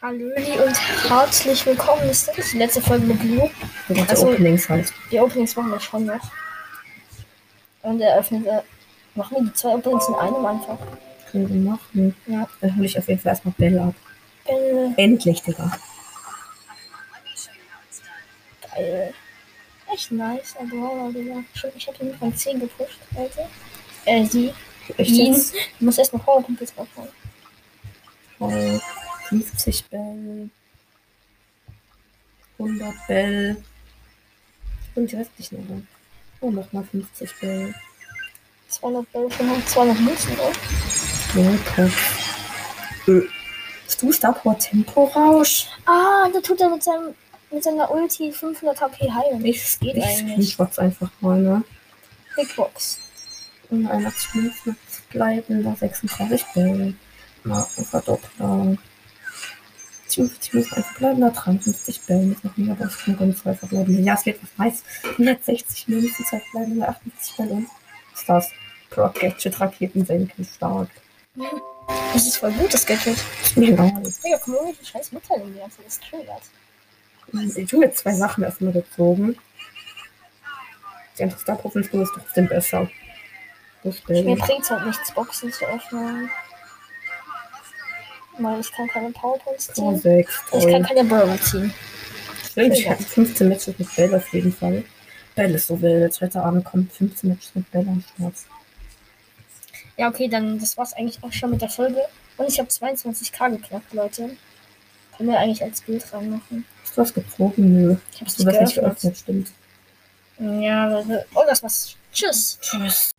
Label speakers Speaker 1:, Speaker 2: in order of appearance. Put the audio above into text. Speaker 1: Hallöli und herzlich willkommen. Das ist nicht die letzte Folge mit Lu.
Speaker 2: Die ganze
Speaker 1: Also-
Speaker 2: Openings halt.
Speaker 1: Die Openings machen wir schon noch. Und eröffnen wir. Machen wir die zwei Openings in einem einfach.
Speaker 2: Können wir machen.
Speaker 1: Ja.
Speaker 2: Dann hole ich auf jeden Fall erstmal Bälle ab.
Speaker 1: Bälle.
Speaker 2: Endlich, Digga.
Speaker 1: Geil. Echt nice. Aber wow, Digga. Schon, ich hab ihn von 10 gepusht, Alter. Äh, sie.
Speaker 2: Ich
Speaker 1: ihn.
Speaker 2: jetzt
Speaker 1: Du musst erstmal Powerpunkte machen.
Speaker 2: bei 50 Bälle. 100 Bälle. Und die restlichen oder? Oh, nochmal 50 Bälle.
Speaker 1: 200 Bälle, 500, 200 Münzen, ne? oder?
Speaker 2: Leute. Äh, Hast du Star Power Tempo Rausch?
Speaker 1: Ah, da tut er mit, seinem, mit seiner Ulti 500 HP heilen. Nichts geht
Speaker 2: Ich,
Speaker 1: eigentlich.
Speaker 2: ich war's einfach mal, ne?
Speaker 1: Big Box.
Speaker 2: In einer Schmelze bleiben da 36 Bälle. Markenverdoppler. 50 müssen einfach bleiben, da 53 Bälle. Ist noch mehr, aber es können zwei verbleiben. Ja, es wird was weiß. 160 Münzen, zwei verbleiben, 58 Bälle. Und Stars. Proc Gadget Raketen senken stark.
Speaker 1: Das ist voll gut, das Gadget.
Speaker 2: Genau.
Speaker 1: Digga, komm irgendwelche scheiß Mitteilungen die ganze Zeit. Das triggert.
Speaker 2: Ich habe jetzt zwei Sachen erstmal gezogen. Die andere Star Profensur ist trotzdem besser. Das
Speaker 1: Mir
Speaker 2: Bälle.
Speaker 1: bringt's halt nichts, Boxen zu öffnen. Weil ich kann keine Powerpoints
Speaker 2: Tor
Speaker 1: ziehen.
Speaker 2: 6.
Speaker 1: Ich kann keine Burger ziehen.
Speaker 2: Stimmt, ich hatte 15 Matches mit Bell auf jeden Fall. Bell ist so wild. Heute Abend kommen 15 Matches mit Bell am Start.
Speaker 1: Ja, okay, dann das war's eigentlich auch schon mit der Folge. Und ich habe 22k geknackt, Leute. Können wir eigentlich als Bild reinmachen.
Speaker 2: Hast du was gezogen? Nö.
Speaker 1: Ich hab's
Speaker 2: Hast du
Speaker 1: nicht
Speaker 2: das nicht
Speaker 1: geöffnet.
Speaker 2: geöffnet? Stimmt.
Speaker 1: Ja, Leute. Oh, das war's. Tschüss.
Speaker 2: Tschüss.